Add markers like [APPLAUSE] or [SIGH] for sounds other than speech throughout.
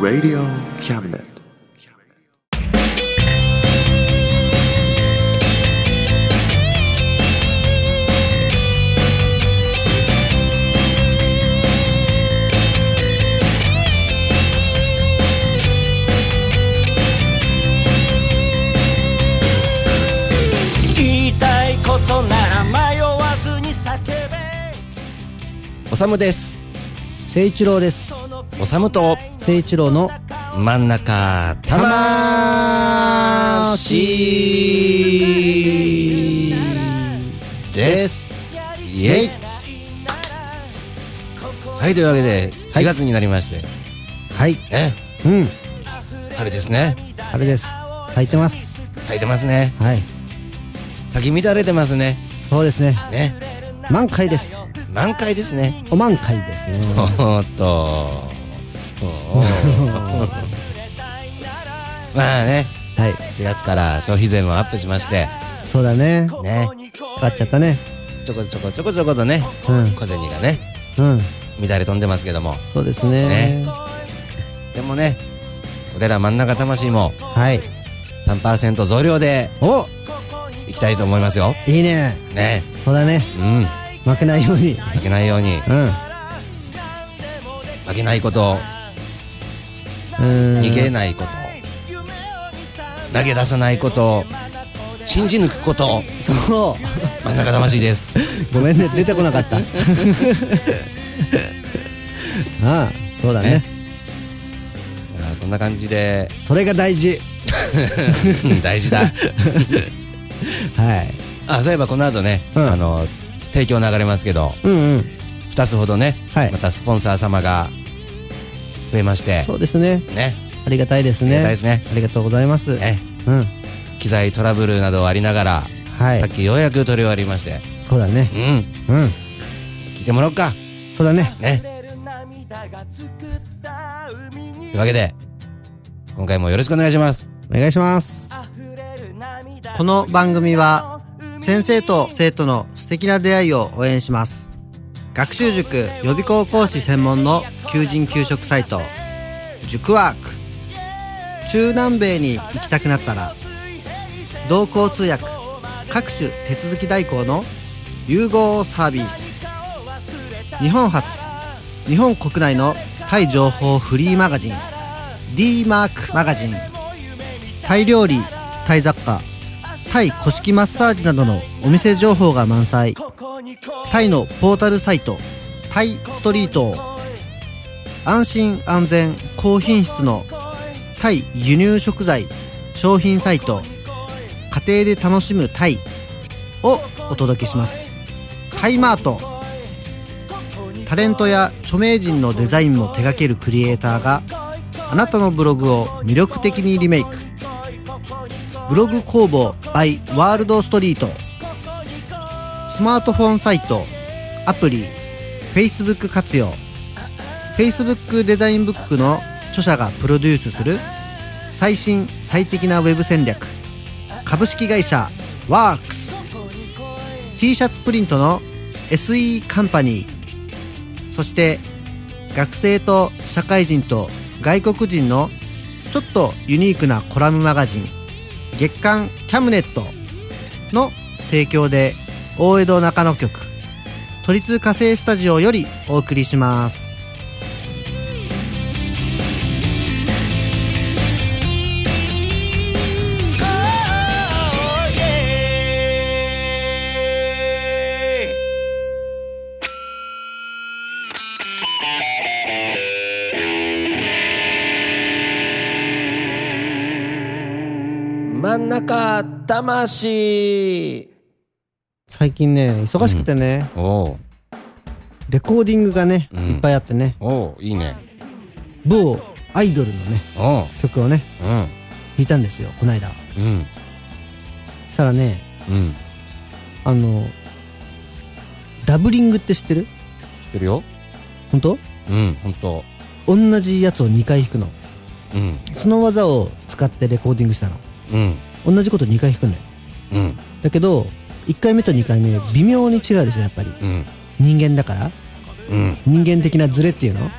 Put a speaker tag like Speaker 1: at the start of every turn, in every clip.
Speaker 1: Radio Cabinet.
Speaker 2: 言いたいことなら迷わずに叫べ
Speaker 3: おさむです
Speaker 4: 誠一郎です。
Speaker 3: おさむと
Speaker 4: 誠一郎の
Speaker 3: 真ん中たましですイエイはいというわけで
Speaker 4: はい
Speaker 3: 4月になりまして、
Speaker 4: はい。
Speaker 3: ね
Speaker 4: うん。
Speaker 3: 春ですね
Speaker 4: あれです。咲いてます。
Speaker 3: 咲いてますね
Speaker 4: はい。
Speaker 3: 咲き乱れてますね
Speaker 4: そうですね。
Speaker 3: ね
Speaker 4: 満開です。
Speaker 3: 満開ですね
Speaker 4: お満開です
Speaker 3: [LAUGHS]
Speaker 4: ね。
Speaker 3: おーっとお
Speaker 4: [LAUGHS]
Speaker 3: ーまあね
Speaker 4: はい。
Speaker 3: 4月から消費税もアップしまして
Speaker 4: そうだね。
Speaker 3: ね
Speaker 4: かかっちゃったね。
Speaker 3: ちょこちょこちょこちょことね
Speaker 4: うん。
Speaker 3: 小銭がね
Speaker 4: うん。
Speaker 3: 乱れ飛んでますけども
Speaker 4: そうですね。
Speaker 3: ねでもね俺ら真ん中魂も
Speaker 4: はい。
Speaker 3: 3%増量で
Speaker 4: お
Speaker 3: いきたいと思いますよ
Speaker 4: いいね。
Speaker 3: ね
Speaker 4: そうだね。
Speaker 3: うん
Speaker 4: 負けないように。
Speaker 3: 負けないように
Speaker 4: うん。
Speaker 3: 負けないこと
Speaker 4: うん。
Speaker 3: 逃げないこと投げ出さないこと信 [LAUGHS] じ抜くこと
Speaker 4: そう。
Speaker 3: 真ん中魂です
Speaker 4: ごめんね。出てこなかった。 [LAUGHS] ああ、そうだ [LAUGHS] ね。
Speaker 3: いやそんな感じで
Speaker 4: それが大事。
Speaker 3: うん大事だ
Speaker 4: はい。
Speaker 3: あそういえばこの後ね、
Speaker 4: うん
Speaker 3: あの提供流れますけど
Speaker 4: うんうん。
Speaker 3: 2つほどね、
Speaker 4: はい
Speaker 3: またスポンサー様が増えまして
Speaker 4: そうですね。
Speaker 3: ね
Speaker 4: ありがたいですね。
Speaker 3: ありがたいですね
Speaker 4: ありがとうございます。
Speaker 3: ね
Speaker 4: うん。
Speaker 3: 機材トラブルなどありながら、
Speaker 4: は
Speaker 3: さっ
Speaker 4: い。
Speaker 3: きようやく撮り終わりまして
Speaker 4: そうだね
Speaker 3: う。ん
Speaker 4: うん。
Speaker 3: 聞いてもらおうか
Speaker 4: そうだね。
Speaker 3: ねというわけで今回もよろしくお願いします
Speaker 4: お願いします。
Speaker 5: この番組は先生と生徒の素敵な出会いを応援します学習塾予備校講師専門の求人・求職サイト塾ワーク中南米に行きたくなったら同行通訳各種手続き代行の融合サービス日本初日本国内のタイ情報フリーマガジン d マークマガジンタイ料理タイ雑貨タイ古式マッサージなどのお店情報が満載タイのポータルサイトタイストリートを安心安全高品質のタイ輸入食材商品サイト家庭で楽しむタイをお届けしますタイマートタレントや著名人のデザインも手掛けるクリエイターがあなたのブログを魅力的にリメイクブログ工房 by ワールドストリートスマートフォンサイトアプリ Facebook 活用 Facebook デザインブックの著者がプロデュースする最新最適なウェブ戦略株式会社 WorksT シャツプリントの SE カンパニーそして学生と社会人と外国人のちょっとユニークなコラムマガジン月刊キャムネットの提供で大江戸中野局都立火星スタジオよりお送りします
Speaker 3: 真ん中魂
Speaker 4: 最近ね、忙しくてね、
Speaker 3: おお
Speaker 4: レコーディングがね、
Speaker 3: うん
Speaker 4: いっぱいあってね、
Speaker 3: おおいいね
Speaker 4: 某アイドルのね、
Speaker 3: おう
Speaker 4: 曲をね、
Speaker 3: うん
Speaker 4: 弾いたんですよ、こないだ。
Speaker 3: うん
Speaker 4: そしたらね、
Speaker 3: うん
Speaker 4: あの、ダブリングって知ってる
Speaker 3: 知ってるよ
Speaker 4: ほんと
Speaker 3: うんほんと
Speaker 4: 同じやつを2回弾くの。
Speaker 3: うん
Speaker 4: その技を使ってレコーディングしたの。
Speaker 3: うん
Speaker 4: 同じこと2回弾くのよ。
Speaker 3: うん
Speaker 4: だけど、1回目と2回目、微妙に違うでしょ、やっぱり。
Speaker 3: うん
Speaker 4: 人間だから。
Speaker 3: うん。
Speaker 5: 人間的なズレっていうの
Speaker 3: うん。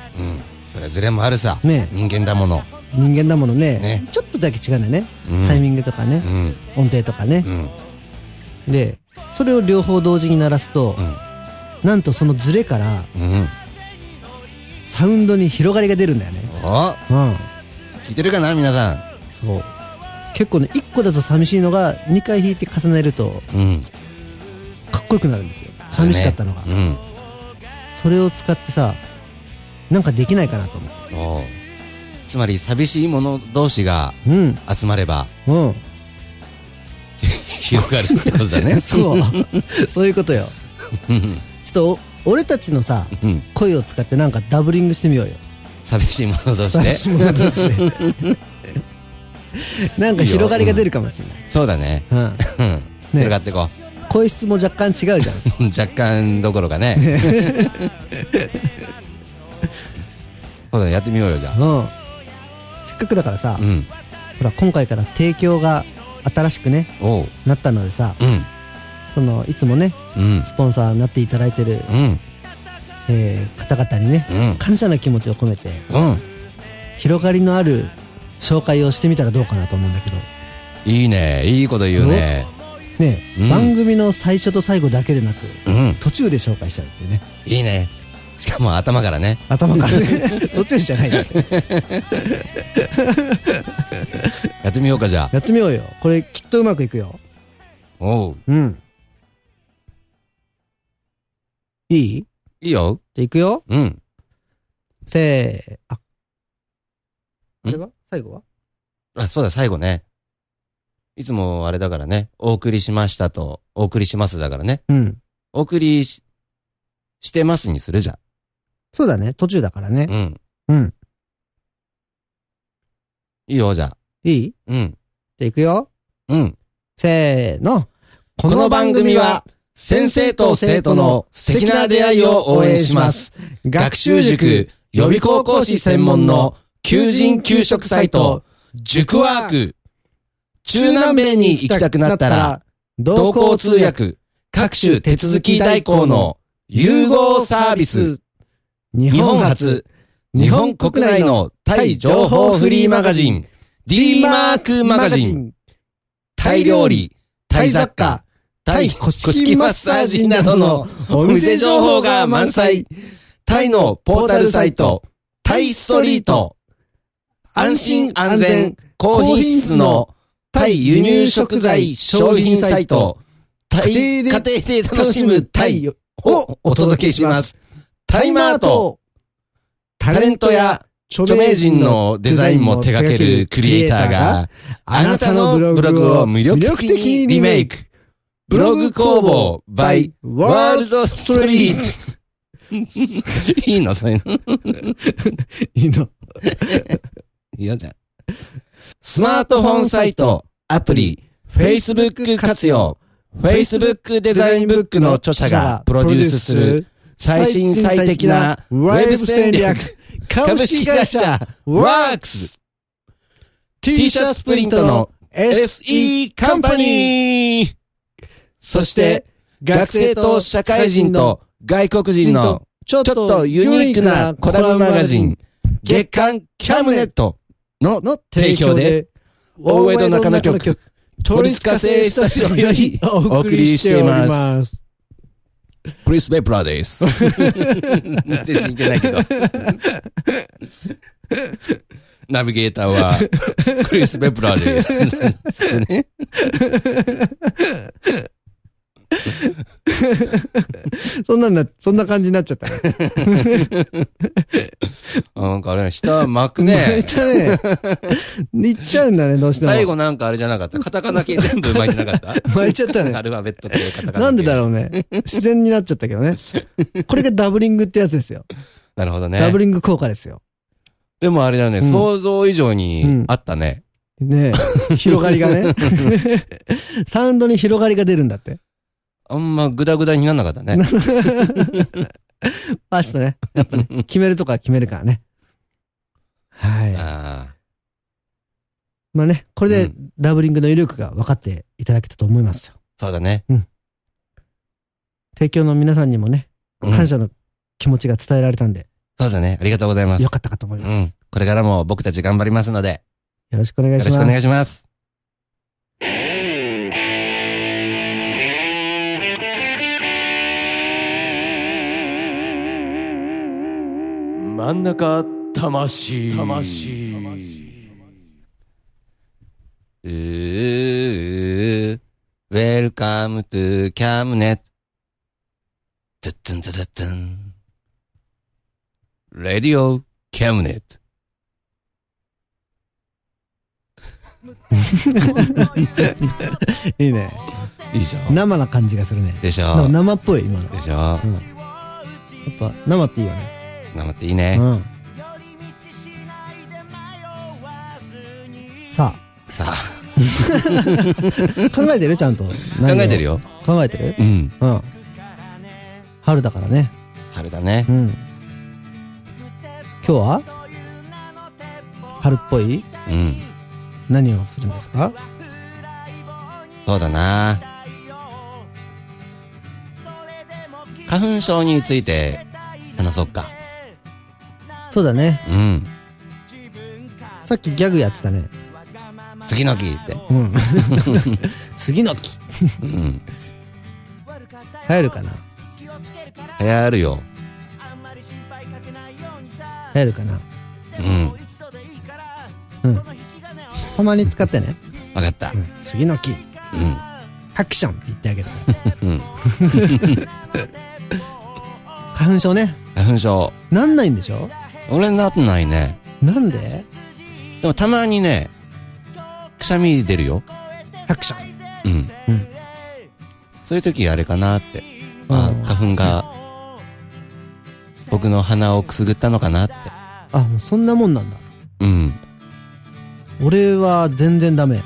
Speaker 3: それはズレもあるさ。
Speaker 5: ね
Speaker 3: 人間だもの。
Speaker 5: 人間だものね
Speaker 3: ね
Speaker 5: ちょっとだけ違うんだよね、
Speaker 3: うん。
Speaker 5: タイミングとかね、
Speaker 3: うん。
Speaker 5: 音程とかね
Speaker 3: う、ん。
Speaker 5: でそれを両方同時に鳴らすと、
Speaker 3: うん
Speaker 5: なんとそのズレから
Speaker 3: うん。
Speaker 5: サウンドに広がりが出るんだよね
Speaker 3: お
Speaker 5: うん
Speaker 3: 聞いてるかな皆さ
Speaker 5: そう結構ね1個だと寂しいのが2回弾いて重ねると
Speaker 3: ん。うん。
Speaker 5: かっこよくなるんですよ寂しかったのがそ,、
Speaker 3: うん。
Speaker 5: れを使ってさなんかできないかなと思っ
Speaker 3: おうつまり寂しい者同士が
Speaker 5: てうん
Speaker 3: 集まれば
Speaker 5: うん
Speaker 3: 広がるってことだ [LAUGHS] ね。
Speaker 5: [LAUGHS] そうそういうことよ
Speaker 3: うん。
Speaker 5: ちょっとお俺たちのさ
Speaker 3: うん。
Speaker 5: 声を使ってなんかダブリングしてみようよ
Speaker 3: 寂しい者同士
Speaker 5: 寂
Speaker 3: で。
Speaker 5: しい者同士で [LAUGHS] なんか広がりが出るかもしれない
Speaker 3: そうだね。
Speaker 5: うん
Speaker 3: うん。広がってこ
Speaker 5: 声質も若干違うじゃ
Speaker 3: う。
Speaker 5: ん
Speaker 3: 若干どころかね。そうだね。やってみようよ、じゃあ。
Speaker 5: うんせっかくだからさ、
Speaker 3: うん。
Speaker 5: ほら今回から提供が新しくね
Speaker 3: おう。
Speaker 5: なったのでさ
Speaker 3: うん。
Speaker 5: そのいつもね
Speaker 3: うん。
Speaker 5: スポンサーになっていただいてる、
Speaker 3: うん。
Speaker 5: えー方々にね
Speaker 3: うん。
Speaker 5: 感謝の気持ちを込めて
Speaker 3: うん。
Speaker 5: 広がりのある紹介をしてみたらどうかなと思うんだけど
Speaker 3: いいね。いいこと言うね。
Speaker 5: ね、
Speaker 3: うん
Speaker 5: 番組の最初と最後だけでなく
Speaker 3: うん。
Speaker 5: 途中で紹介しちゃうっていうね
Speaker 3: いいね。しかも頭からね。
Speaker 5: 頭から
Speaker 3: [LAUGHS]
Speaker 5: ね途中じゃないよ
Speaker 3: やってみようか、じゃあ。
Speaker 5: やってみようよこれきっとうまくいくよ
Speaker 3: おう。
Speaker 5: うんいいじ
Speaker 3: いいよ。
Speaker 5: ゃあいくよ
Speaker 3: うん。
Speaker 5: せーあ
Speaker 3: ん
Speaker 5: あれは最後は
Speaker 3: あ、そうだ、最後ね。いつもあれだからね。お送りしましたと、お送りしますだからね。
Speaker 5: うん
Speaker 3: お送りし、してますにするじゃん。
Speaker 5: そうだね途中だからね
Speaker 3: うん。
Speaker 5: うん
Speaker 3: いいよ、じゃあ。
Speaker 5: いいじ
Speaker 3: うん。
Speaker 5: ゃあいくよ
Speaker 3: うん。
Speaker 5: せーの
Speaker 3: こ
Speaker 5: こ
Speaker 3: の番組は、先生と生徒の素敵な出会いを応援します。学習塾予備高校師専門の求人求職サイト、塾ワーク。中南米に行きたくなったら、同行通訳、各種手続き代行の融合サービス。日本初、日本国内のタイ情報フリーマガジン、D マークマガジン、タイ料理、タイ雑貨、タイ古式マッサージなどのお店情報が満載。タイのポータルサイト、タイストリート。安心安全高品質のタイ輸入食材商品サイト。タイ、家
Speaker 5: 家
Speaker 3: 庭
Speaker 5: 庭
Speaker 3: で
Speaker 5: で
Speaker 3: 楽しむタイをお届けします。タイマート、タレントや著名人のデザインも手掛けるクリエイターが、あなたのブログを魅力的にリメイク。ブログ工房 by ワールドストリ [LAUGHS] ート。いいのそういうの。
Speaker 5: いいの
Speaker 3: いやじゃん。スマートフォンサイト、アプリ、Facebook 活用、Facebook デザインブックの著者がプロデュースする最新最適なウェブ戦略、株式会社、ワークス
Speaker 5: T
Speaker 3: T シャツプリントの SE カンパニーそして、学生と社会人と外国人の
Speaker 5: ちょっ
Speaker 3: ちょっとユニークなコラムマガジン、月刊キャムネットの
Speaker 5: の
Speaker 3: 提供で、大江戸中野局、
Speaker 5: 鳥塚製スタジオよりお送りしております。
Speaker 3: クリス・ベプラーです。全然いけないけど。 [LAUGHS] ナビゲーターは、クリス・ベプラー [LAUGHS] です。ね
Speaker 5: そんなんな、そんな感じになっちゃったね。
Speaker 3: なんかあれ、下巻くね。
Speaker 5: いたね。いっちゃうんだね、どうしても。
Speaker 3: 最後なんかあれじゃなかった。カタカナ系全部巻いてな
Speaker 5: [LAUGHS]
Speaker 3: かった
Speaker 5: 巻いちゃった
Speaker 3: ア
Speaker 5: ね。
Speaker 3: ルファベットというカタカナ系。
Speaker 5: なんでだ
Speaker 3: う。
Speaker 5: ろうね。自然になっちゃったけどね。これがダブリングってやつですよ。
Speaker 3: なるほどね
Speaker 5: ダ。ブリング効果ですよ。
Speaker 3: でもあれだね、
Speaker 5: うん
Speaker 3: 想像以上にあったね。
Speaker 5: ねえ広がりがね。 [LAUGHS] サウンドに広がりが出るんだって。
Speaker 3: あんまグダグダにならなかったね。
Speaker 5: パシッとね。やっぱね、決めるとか決めるからね。はい。
Speaker 3: あ
Speaker 5: まあね、これ
Speaker 3: う
Speaker 5: で
Speaker 3: ん
Speaker 5: ダブリングの威力が分かっていただけたと思いますよ。
Speaker 3: ーそうだね。
Speaker 5: 提供の皆さんにもね、
Speaker 3: うん
Speaker 5: 感謝の気持ちが伝えられたんで、
Speaker 3: そうだね。ありがとうございます。
Speaker 5: よかったかと思います。
Speaker 3: う
Speaker 5: よ
Speaker 3: ん。これからも僕たち頑張りますので、
Speaker 5: ろしくお願い
Speaker 3: よ
Speaker 5: し
Speaker 3: ろ
Speaker 5: ま
Speaker 3: し
Speaker 5: す。
Speaker 3: くお願いします。
Speaker 6: 真ん中魂魂
Speaker 3: うー、welcome to camnet. ズッツンズズッツン。radio camnet.
Speaker 5: [LAUGHS] いいね。
Speaker 3: いいじゃん。
Speaker 5: 生な感じがするね。
Speaker 3: でし
Speaker 5: な
Speaker 3: ょ
Speaker 5: んか生っぽい、今の。や
Speaker 3: でしょ
Speaker 5: っぱ生っていいよね。
Speaker 3: 頑張っていいね
Speaker 5: う。ん。さあ、
Speaker 3: さあ、
Speaker 5: 考えてるちゃんと。考
Speaker 3: 考えてる。よ。
Speaker 5: 考えてる
Speaker 3: うん。
Speaker 5: うん。春だからね。
Speaker 3: 春だね。
Speaker 5: うん。今日は春っぽい
Speaker 3: うん。
Speaker 5: 何をするんですか
Speaker 3: そうだな。花粉症について話そうか。
Speaker 5: そうだね。
Speaker 3: うん。
Speaker 5: さっきギャグやってたね。
Speaker 3: 次の木って。
Speaker 5: [LAUGHS] うん。次の木。
Speaker 3: うん。
Speaker 5: 流行るかな
Speaker 3: 流行るよ。
Speaker 5: 流行るかな
Speaker 3: うん。
Speaker 5: たまに使ってね。
Speaker 3: わかった。
Speaker 5: 次の木。
Speaker 3: うん。
Speaker 5: ハクションって言ってあげる。 [LAUGHS]
Speaker 3: うん。
Speaker 5: 花粉症ね。
Speaker 3: 花粉症。
Speaker 5: なんないんでしょ
Speaker 3: 俺なってないね。
Speaker 5: なんで
Speaker 3: でもたまにね、くしゃみ出るよ。
Speaker 5: ハクション。
Speaker 3: うん。
Speaker 5: うん
Speaker 3: そういう時あれかなって。まあ
Speaker 5: うん、
Speaker 3: 花粉が、僕の鼻をくすぐったのかなって。
Speaker 5: あ、もうそんなもんなんだ。
Speaker 3: うん。
Speaker 5: 俺は全然ダメ。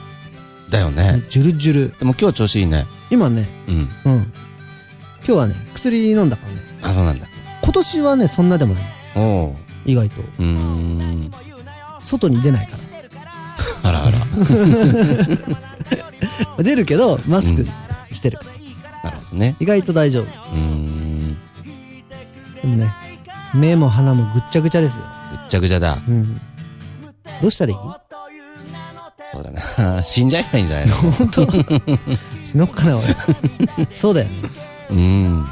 Speaker 3: だよね。
Speaker 5: ジュルジュル。
Speaker 3: でも今日調子いいね。
Speaker 5: 今ね、
Speaker 3: うん。
Speaker 5: うん。今日はね、薬飲んだからね。
Speaker 3: あ、そうなんだ。
Speaker 5: 今年はね、そんなでもない。
Speaker 3: おう。
Speaker 5: 意外と。
Speaker 3: うーん。
Speaker 5: 外に出ないから。
Speaker 3: あらあら。
Speaker 5: [LAUGHS] 出るけど、マスクしてる。
Speaker 3: なるほどね。
Speaker 5: 意外と大丈夫。
Speaker 3: うーん。ぐ
Speaker 5: でもね、目も鼻もぐっちゃぐちゃですよ。
Speaker 3: っちゃぐちゃだ。
Speaker 5: うん。どうしたらいい
Speaker 3: そうだな。 [LAUGHS] 死んじゃえばいいんじゃ
Speaker 5: [LAUGHS]
Speaker 3: ないの
Speaker 5: 本当死のうかな、俺。
Speaker 3: [LAUGHS]
Speaker 5: そうだよね。
Speaker 3: うん。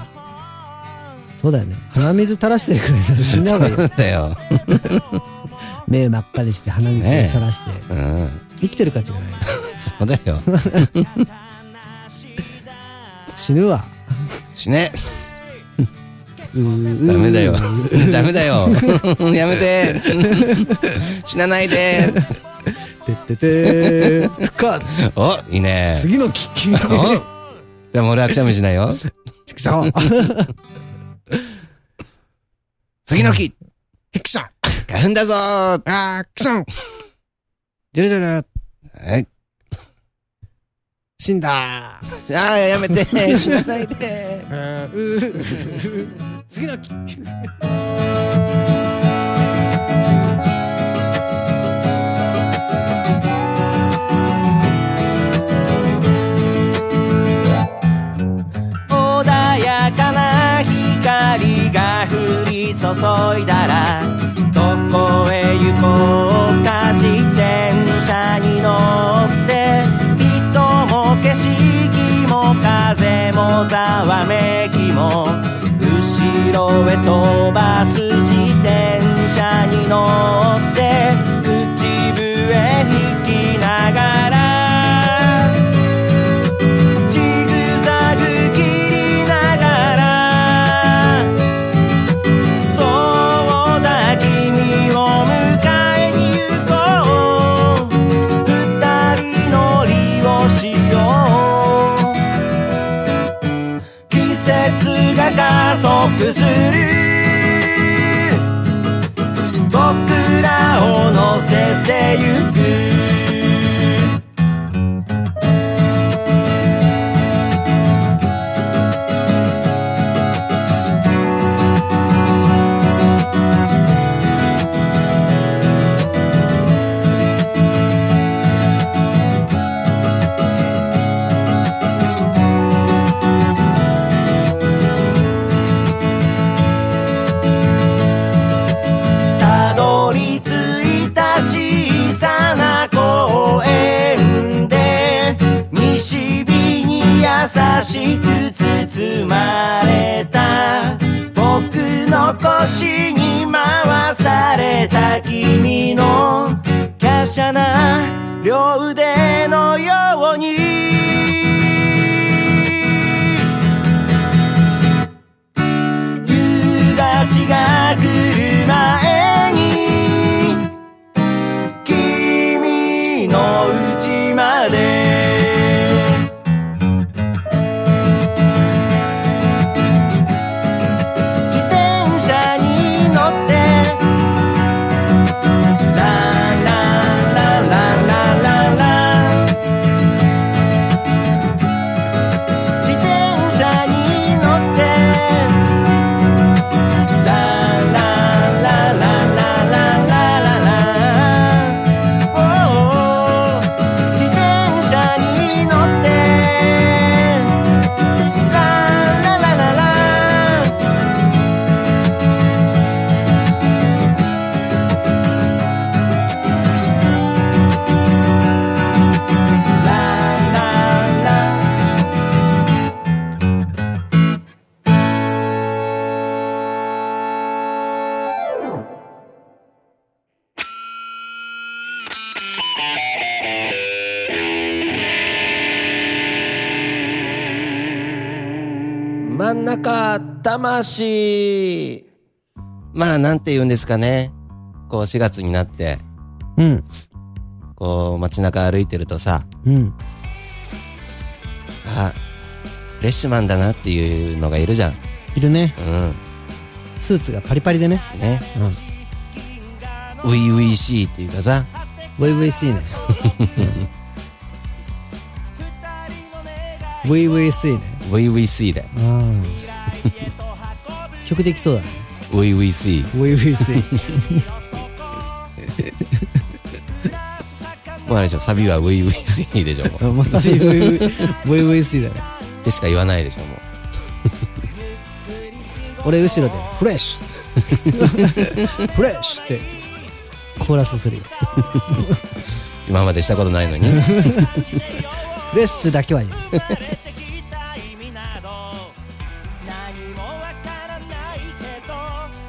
Speaker 5: そうだよね。鼻水垂らしてるくらいなら死んだ方がいい
Speaker 3: そ
Speaker 5: よ。
Speaker 3: うだよ。
Speaker 5: 目真っ赤にして鼻水
Speaker 3: ねえ
Speaker 5: 垂らして。
Speaker 3: うん。
Speaker 5: 生きてる価値がない。
Speaker 3: そうだよ。
Speaker 5: 死
Speaker 3: [LAUGHS]
Speaker 5: ぬわ。
Speaker 3: 死ね。
Speaker 5: うー
Speaker 3: ダメだよ。ダメだ
Speaker 5: [LAUGHS]
Speaker 3: よ。やめて。死なないで。
Speaker 5: [LAUGHS] てっ
Speaker 3: [LAUGHS]
Speaker 5: ててー。復活
Speaker 3: お、いいね。
Speaker 5: 次の危 [LAUGHS] 機。
Speaker 3: おでも俺はくしゃみしないよ。
Speaker 5: ちくしょ
Speaker 3: [LAUGHS]
Speaker 5: う。
Speaker 3: 次の木
Speaker 5: ヘクション
Speaker 3: 花粉だぞー
Speaker 5: アクションジュルジュル
Speaker 3: はい。
Speaker 5: 死ん
Speaker 3: あ
Speaker 5: だ
Speaker 3: ーやめて。死なないで。
Speaker 5: 次の木
Speaker 6: 穏やかな光が降り注いだらどこへ行こうか自転車に乗って人も景色も風もざわめきも後ろへ飛ばす自転車に乗って口笛吹きながら「ジグザグ切りながら」「そうだ君を迎えに行こう」「二人乗りをしよう」「季節が加速する」「僕らを乗せてゆく」しく包まれた僕の腰に回された君の華奢な両腕のように夕立が来る前に君の家まで自転車に乗ってラララララララ自転車に乗ってラララララララララ自転車に乗ってララララララララ
Speaker 3: 真ん中魂まあなんて言うんですかねこう4月になって
Speaker 5: うん。
Speaker 3: こう街中歩いてるとさ
Speaker 5: うん。
Speaker 3: あフレッシュマンだなっていうのがいるじゃん
Speaker 5: いるね。
Speaker 3: うん
Speaker 5: スーツがパリパリでね。
Speaker 3: ね
Speaker 5: うん。
Speaker 3: 初々しいっていうかさ
Speaker 5: 初々しいね。初々しいね。
Speaker 3: 初々しいだよ
Speaker 5: [LAUGHS] うん。曲できそうだね。
Speaker 3: 初々しい
Speaker 5: 初々し
Speaker 3: もうあれでしょサビは初々しいでしょも
Speaker 5: [LAUGHS] い。まさに初々初々しいだね。
Speaker 3: うってしか言わないでしょもう
Speaker 5: 俺後ろでフレッ [LAUGHS] シュフレッシュってコーラスするよ
Speaker 3: 今までしたことないのに
Speaker 5: フレッシュだけは言う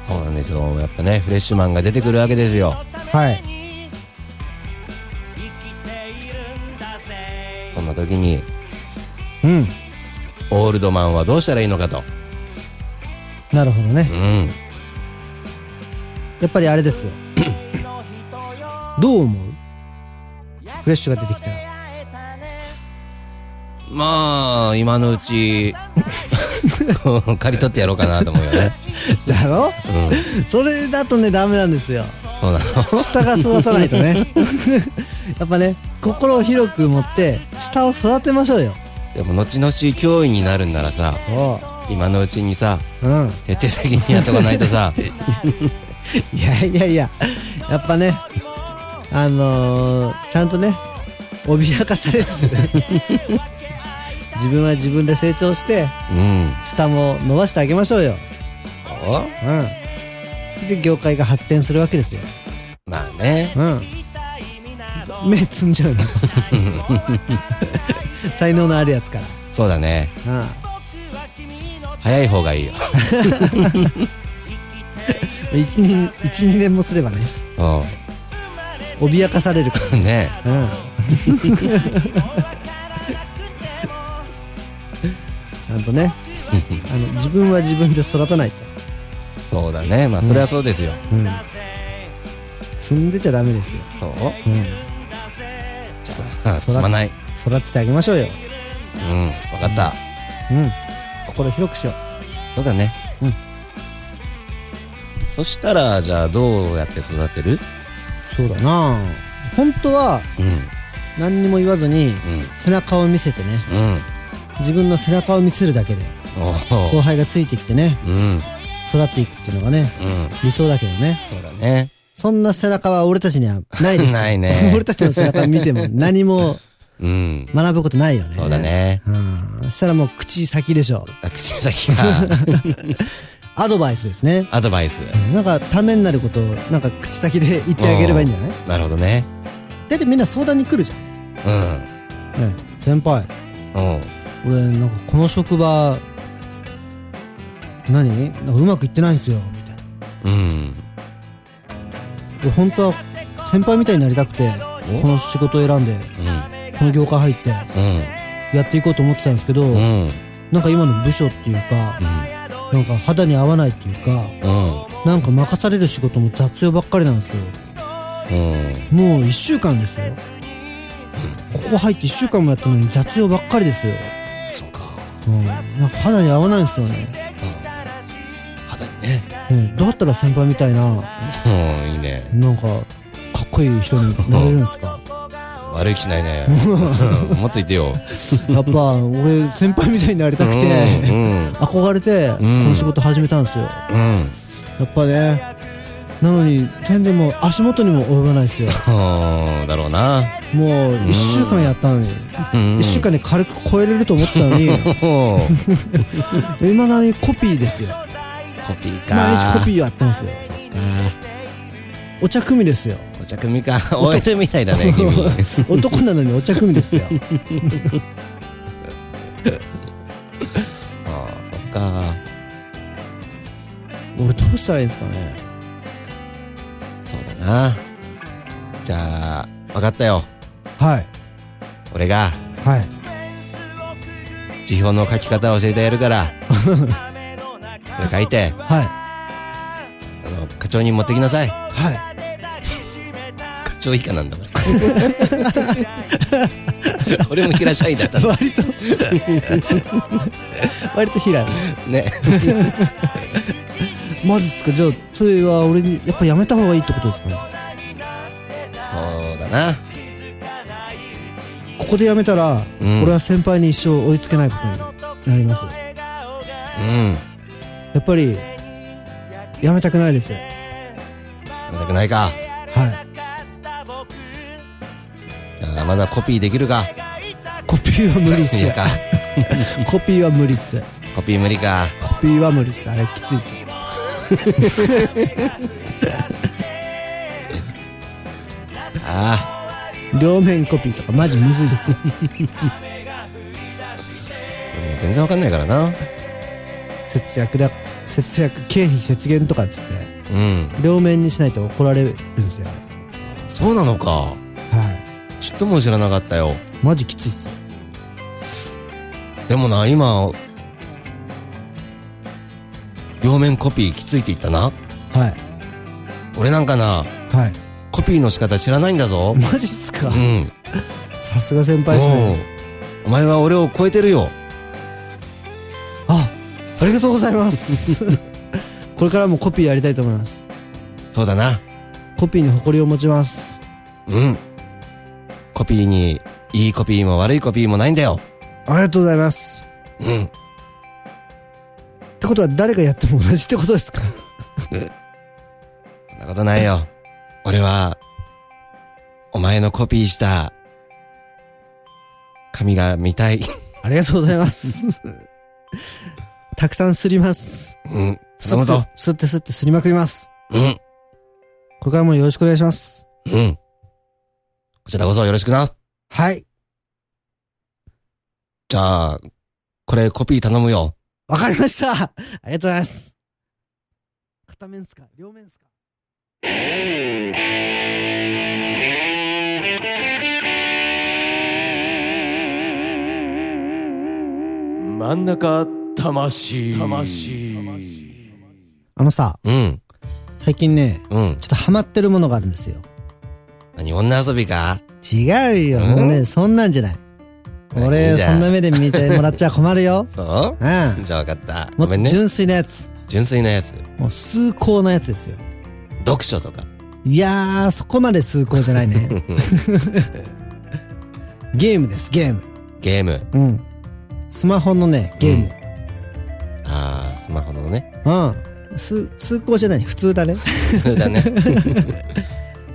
Speaker 3: そうなんですよやっぱねフレッシュマンが出てくるわけですよ
Speaker 5: はい
Speaker 3: こんな時に
Speaker 5: うん
Speaker 3: オールドマンはどうしたらいいのかと
Speaker 5: なるほどね
Speaker 3: うん
Speaker 5: やっぱりあれ [COUGHS] ですよどう思うフレッシュが出てきたら
Speaker 3: まあ今のうち刈り取ってやろうかなと思うよね
Speaker 5: [COUGHS] だろ
Speaker 3: うん
Speaker 5: それだとねダメなんですよ
Speaker 3: そうなの
Speaker 5: 下が育たないと [LAUGHS] ねやっぱね心を広く持って下を育てましょうよ
Speaker 3: でも後々脅威になるんならさ
Speaker 5: お
Speaker 3: 今のうちにさ
Speaker 5: ううん
Speaker 3: 徹底的にやっとかないと [LAUGHS] さ
Speaker 5: いやいやいや、やっぱね、あのー、ちゃんとね、脅かされ [LAUGHS] ず、自分は自分で成長して、
Speaker 3: うん
Speaker 5: 下も伸ばしてあげましょうよ。
Speaker 3: そう
Speaker 5: うん。で、業界が発展するわけですよ。
Speaker 3: まあね
Speaker 5: うん。目つんじ [LAUGHS] ゃうの。才能のあるやつか
Speaker 3: そうだね
Speaker 5: ら。
Speaker 3: 早い方がいいよ
Speaker 5: うん。一、二、一、二年もすればね、
Speaker 3: そ
Speaker 5: 脅かされるか
Speaker 3: うね [LAUGHS]
Speaker 5: ら。うん。 [LAUGHS] ちゃんとね、あの、自分は自分で育たないと。
Speaker 3: そうだねまあそれはそうですよ、
Speaker 5: うん。積んでちゃダメですよ。
Speaker 3: そう
Speaker 5: うん。
Speaker 3: あすまない
Speaker 5: 育ててあげましょうよ。
Speaker 3: うん分かった
Speaker 5: うん。心広くしよ
Speaker 3: そうだね
Speaker 5: うん
Speaker 3: そしたらじゃあどうやって育てる
Speaker 5: う。そうだな本当は、
Speaker 3: うん
Speaker 5: 何にも言わずに、
Speaker 3: うん
Speaker 5: 背中を見せてね。
Speaker 3: うん
Speaker 5: 自分の背中を見せるだけで、
Speaker 3: お
Speaker 5: 後
Speaker 3: ー
Speaker 5: 輩がついてきてね、
Speaker 3: うん
Speaker 5: 育っていくっていうのがね、
Speaker 3: うん
Speaker 5: 理想だけどね。
Speaker 3: そうだね
Speaker 5: そんな背中は俺たちにはないで
Speaker 3: [LAUGHS]
Speaker 5: す。
Speaker 3: ないね
Speaker 5: [LAUGHS] 俺たちの背中見
Speaker 3: [LAUGHS]
Speaker 5: ても何も
Speaker 3: うん
Speaker 5: 学ぶことないよね。
Speaker 3: そうだ。ね
Speaker 5: うん。そしたらもう口先でしょ。
Speaker 3: あ口先が
Speaker 5: アドバイスですね。
Speaker 3: アドバイス
Speaker 5: なんかためになることをなんか口先で言ってあげればいいんじゃない
Speaker 3: なるほどね
Speaker 5: だってみんな相談に来るじゃん。
Speaker 3: うん
Speaker 5: ね、先輩、
Speaker 3: うん
Speaker 5: 俺なんかこの職場何なんかうまくいってないんすよみたいな
Speaker 3: うん。
Speaker 5: 俺本当は先輩みたいになりたくて
Speaker 3: お
Speaker 5: この仕事を選んで
Speaker 3: う
Speaker 5: この業界入って
Speaker 3: ん。
Speaker 5: やっていこうと思ってたんですけど、
Speaker 3: うん。うん。
Speaker 5: なんか今の部署っていうか、なんか肌に合わないっていうか
Speaker 3: うん。
Speaker 5: なんか任される仕事も雑用ばっかりなんですよ
Speaker 3: うん。
Speaker 5: もう1週間ですよここ入って1週間もやったのに雑用ばっかりですよ、
Speaker 3: そうか。
Speaker 5: うん、なんか肌に合わないんですよね、
Speaker 3: うん。肌にね。
Speaker 5: うん、どうやったら先輩みたいな
Speaker 3: うん、いいね。
Speaker 5: なんかかっこいい人になれるんで
Speaker 3: [LAUGHS]
Speaker 5: すか
Speaker 3: 悪い気しないね。うんもっといてよ。
Speaker 5: やっぱ俺先輩みたいになりたくて、
Speaker 3: うん。
Speaker 5: 憧れてこ
Speaker 3: うん
Speaker 5: の仕事始めたんですよ、や
Speaker 3: うん。うん
Speaker 5: っぱねなのに全然もう足元にも及ばないですよ
Speaker 3: うん。だろうな。
Speaker 5: もう1週間やったのに、
Speaker 3: うん。
Speaker 5: 1週間で軽く超えれると思ってた
Speaker 3: [LAUGHS]
Speaker 5: のに
Speaker 3: うん。
Speaker 5: いまだにコピーですよ
Speaker 3: コピーか。
Speaker 5: 毎日コピーやってますよ
Speaker 3: あ
Speaker 5: お茶組です
Speaker 3: [LAUGHS]
Speaker 5: よ
Speaker 3: ーお茶組か。OL みたいだ
Speaker 5: [LAUGHS]
Speaker 3: ね、君。
Speaker 5: 男なのにお茶組ですよ
Speaker 3: ああ、そっか。
Speaker 5: 俺どうしたらいいんですかね
Speaker 3: そうだな。じゃあ、わかったよ。
Speaker 5: はい
Speaker 3: 俺が
Speaker 5: はい
Speaker 3: 辞表の書き方を教えてやるから。これ書いて、
Speaker 5: はい
Speaker 3: あの、課長に持ってきなさい。
Speaker 5: は
Speaker 3: 課長以下なん
Speaker 5: [LAUGHS]
Speaker 3: だから俺も平社員だった
Speaker 5: [LAUGHS] い
Speaker 3: の
Speaker 5: 割と割と平井
Speaker 3: ね
Speaker 5: マジっすかじゃあそれは俺にやっぱやめた方がいいってことですかね
Speaker 3: そうだな
Speaker 5: ここでやめたら、
Speaker 3: うん
Speaker 5: 俺は先輩に一生追いつけないことになりますや
Speaker 3: うん
Speaker 5: っぱりやめたくないですは
Speaker 3: またくないか
Speaker 5: い
Speaker 3: じゃあまだコピーできるか
Speaker 5: コピーは無理っす
Speaker 3: いやか
Speaker 5: コピーは無理っす
Speaker 3: コピー無理か
Speaker 5: コピーは無理っすあれきついっす
Speaker 3: あ
Speaker 5: 両面コピーとかマジむずいっ
Speaker 3: [LAUGHS]
Speaker 5: す
Speaker 3: あもう全然わかんないからな
Speaker 5: 節約だ節約経費節減とかっつって
Speaker 3: うん
Speaker 5: 両面にしないと怒られるんですよ
Speaker 3: そうなのか
Speaker 5: はい
Speaker 3: ちっとも知らなかったよ
Speaker 5: マジきついっす
Speaker 3: でもな今両面コピーきついって言ったな
Speaker 5: はい
Speaker 3: 俺なんかな
Speaker 5: はい
Speaker 3: コピーの仕方知らないんだ [LAUGHS] ぞ
Speaker 5: マジっすか
Speaker 3: うん
Speaker 5: さすが先輩っすね
Speaker 3: うんお前は俺を超えてるよ
Speaker 5: あ、ありがとうございます。 [LAUGHS] これからもコピーやりたいと思います。
Speaker 3: そうだな
Speaker 5: コピーに誇りを持ちます。
Speaker 3: うん。コピーに、いいコピーも悪いコピーもないんだよ。
Speaker 5: ありがとうございます。
Speaker 3: うん。
Speaker 5: ってことは誰がやっても同じってことですか
Speaker 3: そんなことないよ。俺は、お前のコピーした、紙が見たい。 [LAUGHS]
Speaker 5: ありがとうございます。たくさんすります。
Speaker 3: うん。頼むぞ。
Speaker 5: すってすってすりまくります。
Speaker 3: うん。
Speaker 5: これからもよろしくお願いします。
Speaker 3: うん。こちらこそよろしくな。
Speaker 5: はい。
Speaker 3: じゃあ、これコピー頼むよ。
Speaker 5: わかりました。ありがとうございます。片面っすか両面っすか
Speaker 1: 真ん中魂魂
Speaker 5: あのさ、
Speaker 3: うん。
Speaker 5: 最近ね、
Speaker 3: うん。
Speaker 5: ちょっとハマってるものがあるんですよ。
Speaker 3: 何、女遊びか
Speaker 5: 違うよ。
Speaker 3: ん
Speaker 5: もうね、そんなんじゃない。
Speaker 3: いい
Speaker 5: 俺、
Speaker 3: じ
Speaker 5: そ
Speaker 3: ゃん。
Speaker 5: んな目で見てもらっちゃ困るよ
Speaker 3: そ
Speaker 5: うん。
Speaker 3: うじゃあ分かった。ご
Speaker 5: もっと
Speaker 3: めんね。
Speaker 5: 純粋なやつ。
Speaker 3: 純粋なやつ。
Speaker 5: もう崇高なやつですよ。
Speaker 3: 読書とか。
Speaker 5: いやー、そこまで崇高じゃないね。ゲームです、ゲーム。
Speaker 3: ゲーム。
Speaker 5: うん。スマホのね、ゲーム。
Speaker 3: あー、スマホのね。
Speaker 5: うん。す、崇高じゃない、普通だね。
Speaker 3: そうだ
Speaker 5: [LAUGHS]
Speaker 3: ね。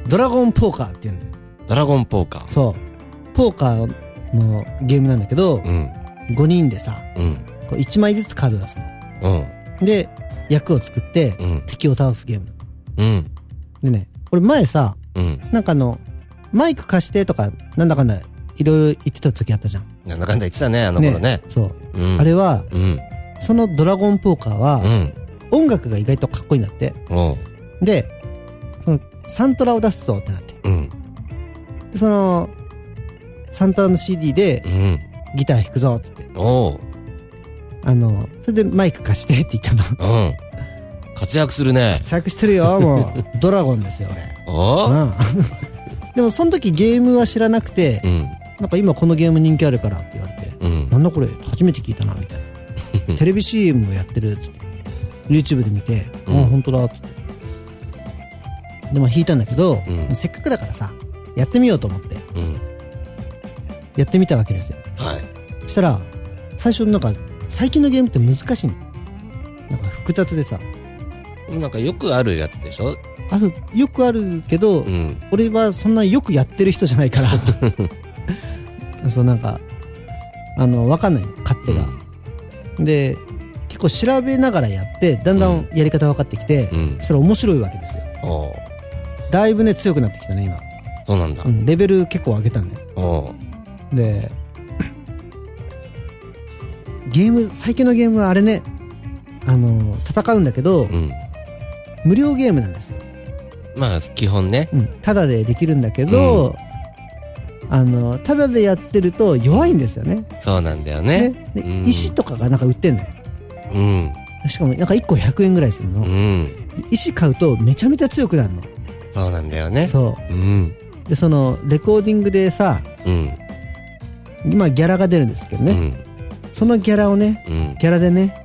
Speaker 5: ドラゴンポーカーっていうんだよ。
Speaker 3: ドラゴンポーカー。
Speaker 5: そう。ポーカーのゲームなんだけど、
Speaker 3: うん。
Speaker 5: 5人でさ、
Speaker 3: うん。
Speaker 5: こう1枚ずつカード出すの。
Speaker 3: うん。
Speaker 5: で、役を作って、
Speaker 3: うん。
Speaker 5: 敵を倒すゲーム。
Speaker 3: うん。
Speaker 5: でね、俺前さ、
Speaker 3: うん。
Speaker 5: なんかあの、マイク貸してとか、なんだかんだ、いろいろ言ってた時あったじゃん。
Speaker 3: なんだかんだ言ってたね、あの頃ね。
Speaker 5: そう。
Speaker 3: うん。
Speaker 5: あれは、
Speaker 3: うん。
Speaker 5: そのドラゴンポーカー
Speaker 3: う
Speaker 5: は、
Speaker 3: ん。
Speaker 5: 音楽が意外とかっこいいんだって。
Speaker 3: おう。
Speaker 5: で、その、サントラを出すぞってなって。
Speaker 3: うん。
Speaker 5: で、その、サントラの CD で
Speaker 3: うん。
Speaker 5: ギター弾くぞっつって。
Speaker 3: おう。
Speaker 5: あの、それでマイク貸してって言っ
Speaker 3: [LAUGHS]
Speaker 5: たの。
Speaker 3: うん。活躍するね。
Speaker 5: 作してるよ、もう。ドラゴンですよ、俺。
Speaker 3: おう。
Speaker 5: うん。 [LAUGHS] でも、その時ゲームは知らなくて
Speaker 3: う、ん。
Speaker 5: なんか今このゲーム人気あるからって言われて、
Speaker 3: うん
Speaker 5: な。んだこれ初めて聞いたなみたい
Speaker 3: [LAUGHS]
Speaker 5: なテレビ CM をやってるっつって YouTube で見て「
Speaker 3: うん
Speaker 5: あ本当だ」っつってでも弾いたんだけど、
Speaker 3: うん
Speaker 5: せっかくだからさやってみようと思って
Speaker 3: うん。
Speaker 5: やってみたわけですよ
Speaker 3: はい。
Speaker 5: そしたら最初なんか最近のゲームって難しいのなんか複雑でさ
Speaker 3: なんかよくあるやつでしょ
Speaker 5: あるよくあるけど、
Speaker 3: うん。
Speaker 5: 俺はそんなよくやってる人じゃないから
Speaker 3: [LAUGHS]
Speaker 5: そうなんかあの分かんないの勝手が、で結構調べながらやってだんだんやり方分かってきて、
Speaker 3: うん
Speaker 5: それ面白いわけですよ
Speaker 3: おう。
Speaker 5: だいぶね強くなってきたね今
Speaker 3: そうなんだ、。
Speaker 5: うん、レベル結構上げたんだよ
Speaker 3: おう。
Speaker 5: でゲーム最近のゲームはあれねあの戦うんだけど、
Speaker 3: うん。
Speaker 5: 無料ゲームなんですよ、
Speaker 3: まあ、基本ね。
Speaker 5: うん、ただでできるんだけど、あのただでやってると弱いんですよね
Speaker 3: そうなんだよね。
Speaker 5: ねで
Speaker 3: うん
Speaker 5: 石とかがなんか売ってんのよ
Speaker 3: うん。
Speaker 5: しかもなんか1個100円ぐらいするの、
Speaker 3: うん。
Speaker 5: で石買うとめちゃめちゃ強くなるの
Speaker 3: そうなんだよね。
Speaker 5: そう
Speaker 3: うん。
Speaker 5: でそのレコーディングでさ
Speaker 3: うん。
Speaker 5: 今ギャラが出るんですけど
Speaker 3: う
Speaker 5: ね、
Speaker 3: ん。
Speaker 5: そのギャラをね
Speaker 3: うん。
Speaker 5: ギャラでね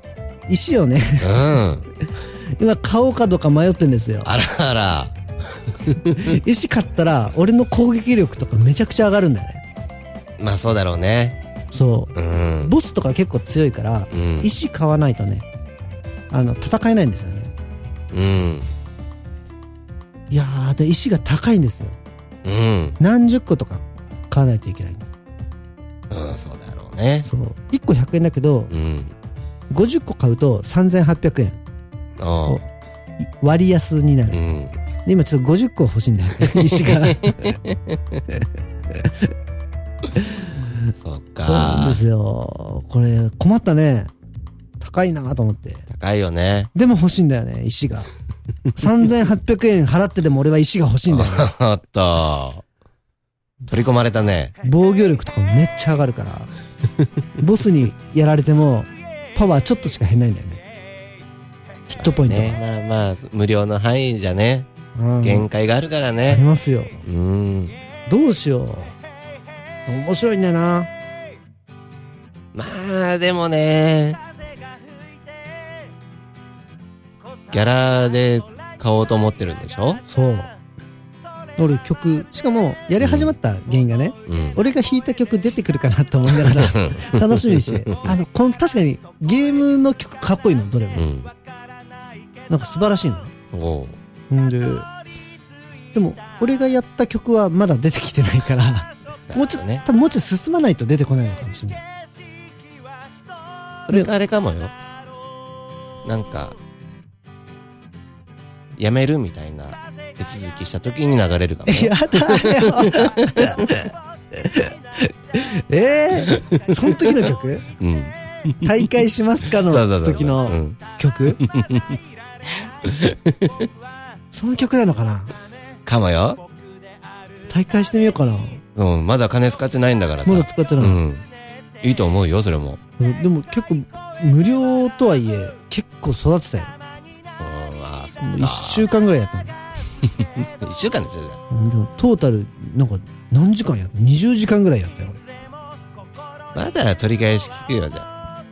Speaker 5: 石をね [LAUGHS]
Speaker 3: うん。
Speaker 5: 今買おうかどうか迷ってんですよ
Speaker 3: あらあら。
Speaker 5: 石買ったら俺の攻撃力とかめちゃくちゃ上がるんだよね
Speaker 3: まあそうだろうね。。
Speaker 5: そううんボスとか結構強いから
Speaker 3: うん。
Speaker 5: 石買わないとねあの戦えないんですよね
Speaker 3: うん。
Speaker 5: いやーで石が高いんですよ
Speaker 3: うん。
Speaker 5: 何十個とか買わないといけない
Speaker 3: うん、そうだろうね。
Speaker 5: そう1個100円だけど
Speaker 3: うん。
Speaker 5: 50個買うと3800円
Speaker 3: おう。
Speaker 5: 割安になる
Speaker 3: うん。
Speaker 5: で今ちょっと50個欲しいんだよ
Speaker 3: [LAUGHS]
Speaker 5: 石が
Speaker 3: そっ
Speaker 5: そうなん
Speaker 3: か
Speaker 5: で。すよこれ困ったね高いなと思って
Speaker 3: 高いよね。 [LAUGHS]
Speaker 5: でも欲しいんだよね石が3800円払ってでも俺は石が欲しいんだよね
Speaker 3: おっと。取り込まれたね。
Speaker 5: 防御力とかもめっちゃ上がるからボスにやられてもパワーちょっとしか減んないんだよねヒットポイントが、
Speaker 3: ね。まあまあ、無料の範囲じゃね。
Speaker 5: うん
Speaker 3: 限界があるから
Speaker 5: あり
Speaker 3: ね。
Speaker 5: ますよ
Speaker 3: うん。
Speaker 5: どうしよう面白いんだよな
Speaker 3: まあ、でもね。ギャラで買おうと思ってるんでしょ
Speaker 5: そう俺曲しかもやり始まった原因がね、
Speaker 3: うん。
Speaker 5: 俺が弾いた曲出てくるかなと思いながら楽しみにしてあのこの確かにゲームの曲かっこいいのどれも、
Speaker 3: うん。
Speaker 5: なんか素晴らしいのね
Speaker 3: おう。
Speaker 5: んででも俺がやった曲はまだ出てきてないから
Speaker 3: [LAUGHS]
Speaker 5: もうちょっと
Speaker 3: ね。
Speaker 5: 多分もうちょっと進まないと出てこないのかもしれない
Speaker 3: それかあれかもよ。なんか、やめるみたいな手続きした時に流れるかもよ。
Speaker 5: やだよ [LAUGHS] えー、その時の曲
Speaker 3: うん。
Speaker 5: 大会しますかの
Speaker 3: そうそうそうそう。
Speaker 5: 時の
Speaker 3: うん
Speaker 5: 曲 [LAUGHS] その曲なのかな
Speaker 3: かもよ。
Speaker 5: 大会してみようかな
Speaker 3: そう、まだ金使ってないんだからさ。
Speaker 5: まだ使って
Speaker 3: う
Speaker 5: ない、
Speaker 3: ん。いいと思うよ、それも。
Speaker 5: うんでも結構無料とはいえ結構育てたよ
Speaker 3: うん、ああ、そ
Speaker 5: もう1週間ぐらいやった
Speaker 3: 一週間でしょ、じゃあ
Speaker 5: のうんでもトータルなんか何時間やった20時間ぐらいやったよ俺
Speaker 3: まだ取り返し聞くよ、じゃあ。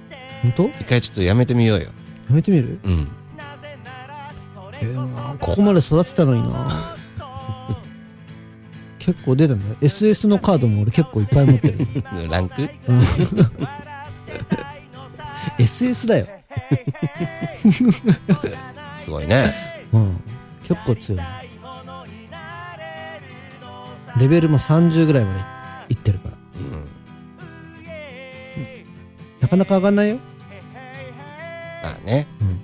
Speaker 5: 本当や
Speaker 3: 一回ちょっとやめてみようよ。
Speaker 5: めてみる
Speaker 3: うん。 [LAUGHS]
Speaker 5: えー、ここまで育てたのに [LAUGHS] な結構出たんだよ SS のカードも俺結構いっぱい持って [LAUGHS] る
Speaker 3: ランク
Speaker 5: うん SS だよ、
Speaker 3: すごいね。
Speaker 5: うん、結構強いレベルも30ぐらいまでいってるから
Speaker 3: うん。
Speaker 5: なかなか上がんないよ
Speaker 3: まあね。
Speaker 5: うん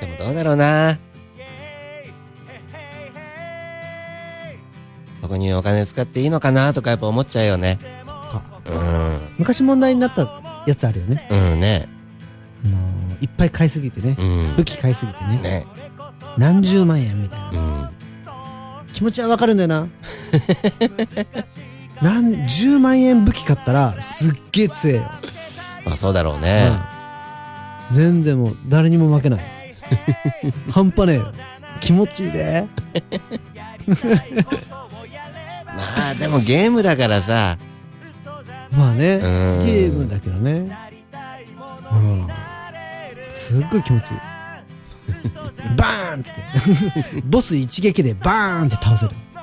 Speaker 3: でもどうだろうな。そここにお金使っていいのかなとかやっぱ思っちゃうよね。う
Speaker 5: 昔問題になったやつあるよね。
Speaker 3: ん。うんね。
Speaker 5: あのーいっぱい買いすぎてね。
Speaker 3: うん
Speaker 5: 武。器買いすぎてね。
Speaker 3: ね。
Speaker 5: 何十万円みたいな
Speaker 3: う。ん。
Speaker 5: 気持ちはわかるんだ
Speaker 3: [LAUGHS]
Speaker 5: よな。なん、10万円武器買ったら、すっげえ強えよ。
Speaker 3: まあそうだろうね。
Speaker 5: うん全然もう、誰にも負けない。
Speaker 3: [LAUGHS]
Speaker 5: 半端ねえよ。気持ちいいで。
Speaker 3: まあでもゲームだからさ。
Speaker 5: まあね
Speaker 3: う。ん。
Speaker 5: ゲームだけどね。うん。すっごい気持ちいい。 [LAUGHS] バーンっつって。 [LAUGHS] ボス一撃でバーンって倒せる。
Speaker 3: ま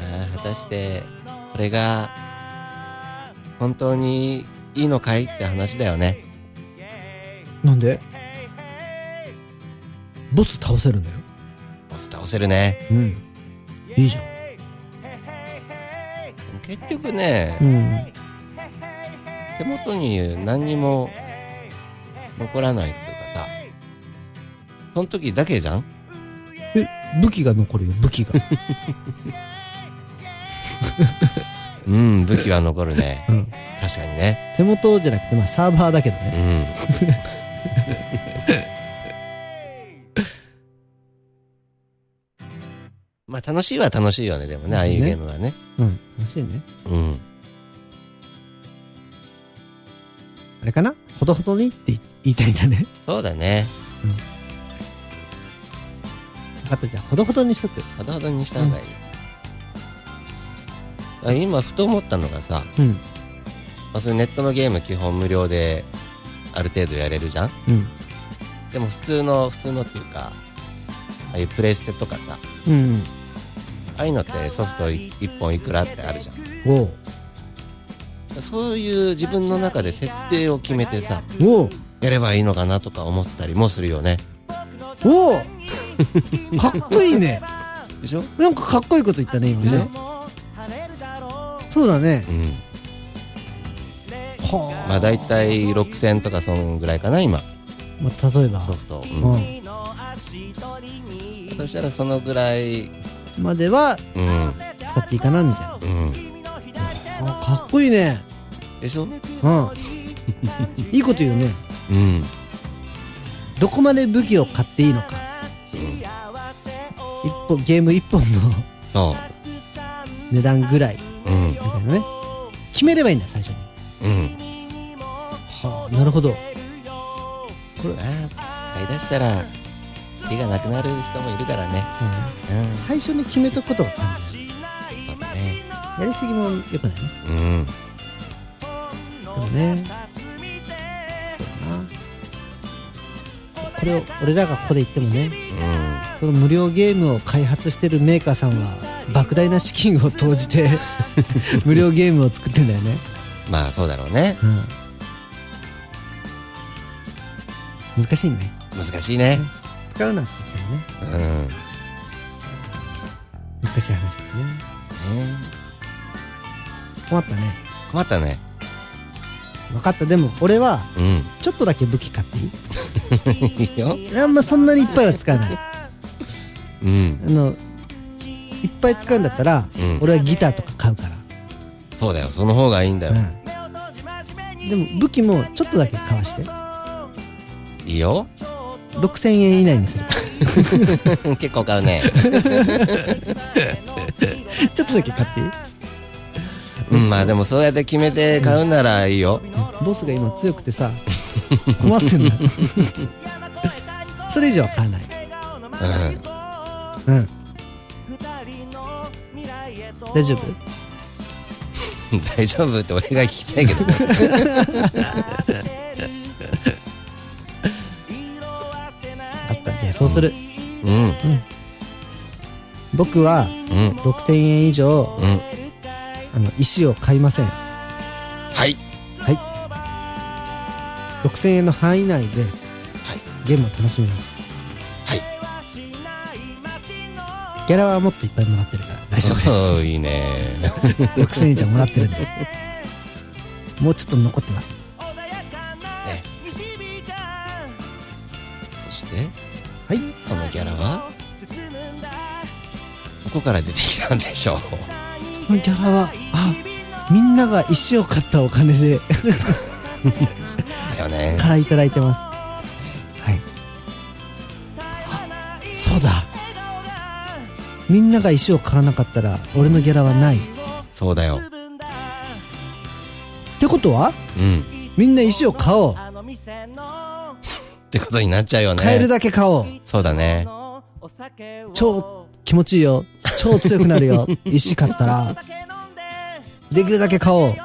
Speaker 3: あ果たして、それが、本当にいいのかいって話だよね。
Speaker 5: なんでボス倒せるんだよ。
Speaker 3: ボス倒せるね。
Speaker 5: うん。いいじゃん。
Speaker 3: 結局ね、
Speaker 5: うん。
Speaker 3: 手元に何にも残らないっていうかさ。その時だけじゃん
Speaker 5: 武器が残るよ、武器 [LAUGHS] が。
Speaker 3: うん、武器は残るね。
Speaker 5: うん
Speaker 3: 確かにね。
Speaker 5: 手元じゃなくて、まあサーバーだけど
Speaker 3: う
Speaker 5: ね。
Speaker 3: ん。 [LAUGHS] まあ楽しいは楽しいよね、でもね、ああいうゲームはね。
Speaker 5: うん。らしいね。
Speaker 3: うん。
Speaker 5: あれかなほどほどにって言言いたいんだね。
Speaker 3: そうだね。
Speaker 5: 分かった、じゃあほどほどにしとって。
Speaker 3: ほどほどにした方がいい。あ今、ふと思ったのがさ、
Speaker 5: うん。
Speaker 3: まあ、そういうネットのゲーム基本無料で、ある程度やれるじゃん
Speaker 5: うん。
Speaker 3: でも普通の、普通のっていうか、ああいうプレイステとかさ、
Speaker 5: うん。
Speaker 3: ああいうのってソフト1本いくらってあるじゃん。
Speaker 5: おう。
Speaker 3: そういう自分の中で設定を決めてさ、
Speaker 5: おう。
Speaker 3: やればいいのかなとか思ったりもするよね。
Speaker 5: おうかっこいいね。
Speaker 3: でしょ
Speaker 5: なんかかっこいいこと言ったね、今ね。そうだね。
Speaker 3: うん。
Speaker 5: は
Speaker 3: まあ大体6000とかそんぐらいかな、今、
Speaker 5: あ。まあ、例えば。
Speaker 3: ソフト。うん
Speaker 5: うん。
Speaker 3: そしたらそのぐらい、
Speaker 5: までは
Speaker 3: うん、
Speaker 5: 使っていいかな、みたいな。
Speaker 3: うん。
Speaker 5: あかっこいいね。
Speaker 3: でしょ [LAUGHS]
Speaker 5: うん。いいこと言うね。
Speaker 3: うん。
Speaker 5: どこまで武器を買っていいのか。
Speaker 3: うん
Speaker 5: 一本、ゲーム一本の
Speaker 3: そ
Speaker 5: 値段ぐらい。
Speaker 3: う。うん
Speaker 5: み。たいなね。決めればいいんだ、最初に。
Speaker 3: うん。
Speaker 5: はあ、なるほど。
Speaker 3: ああ、買い出したら、手がなくなる人もいるからね。
Speaker 5: そうね
Speaker 3: うん。そ
Speaker 5: 最初に決めとくことが感じる。
Speaker 3: うだね。
Speaker 5: やりすぎも良くないね。
Speaker 3: うん。
Speaker 5: でもね。そうだな。これを、俺らがここで言ってもね、
Speaker 3: うん。
Speaker 5: この無料ゲームを開発してるメーカーさんは、莫大な資金を投
Speaker 3: [LAUGHS]
Speaker 5: じて、無料ゲームを作ってんだよね。
Speaker 3: まあそうだろうね。
Speaker 5: うん。難しいね。
Speaker 3: 難しいね。
Speaker 5: 使うなって言っても
Speaker 3: う
Speaker 5: ね、
Speaker 3: ん。ね
Speaker 5: 難しい話ですね。困ったね。
Speaker 3: 困ったね。
Speaker 5: 分かった。でも、俺は、
Speaker 3: うん。
Speaker 5: ちょっとだけ武器買ってい
Speaker 3: いいよ。
Speaker 5: いあんまそんなにいっぱいは使わない。
Speaker 3: うん。
Speaker 5: あの、いっぱい使うんだったら、
Speaker 3: うん。
Speaker 5: 俺はギターとか買うから。
Speaker 3: そうだよ。その方がいいんだよ。
Speaker 5: うん。でも武器もちょっとだけ買わして。
Speaker 3: いいよ。 [LAUGHS]
Speaker 5: 6000円以内にするか [LAUGHS]
Speaker 3: 結構買うね。
Speaker 5: ら。ちょっとだけ買っていい
Speaker 3: うん。まあでもそうやって決めて買うならいいよ。 [LAUGHS]
Speaker 5: ボスが今強くてさ、困ってんだよ。それ以上は買わない。
Speaker 3: うん。
Speaker 5: うん。大丈夫
Speaker 3: 大丈夫って俺が聞きたいけど。
Speaker 5: [LAUGHS] あった。じゃあそうする。
Speaker 3: うん。
Speaker 5: 僕は
Speaker 3: うん。
Speaker 5: 6000円以上、
Speaker 3: うん。
Speaker 5: あの、石を買いません。
Speaker 3: はい。
Speaker 5: 6000円の範囲内で、ゲームを楽しみます。
Speaker 3: はい。
Speaker 5: ギャラはもっといっぱいもらってるから大丈夫
Speaker 3: [LAUGHS]
Speaker 5: です。
Speaker 3: おーいいね。
Speaker 5: 6000円以上もらってるんで。もうちょっと残ってます。
Speaker 3: そして、
Speaker 5: はい。
Speaker 3: そのギャラはこから出てきたんでしょう
Speaker 5: このギャラはあみんなが石を買ったお金で [LAUGHS]
Speaker 3: だよね
Speaker 5: からいただいてますはいあそうだみんなが石を買わなかったら俺のギャラはないっ
Speaker 3: そうだよ
Speaker 5: てことは
Speaker 3: うんっ
Speaker 5: みんな石を買おう
Speaker 3: てことになっちゃうよね
Speaker 5: 買えるだけ買おう
Speaker 3: そうだね
Speaker 5: 超気持ちいいよ超強くなる [LAUGHS] よ石買ったらできるだけ買おう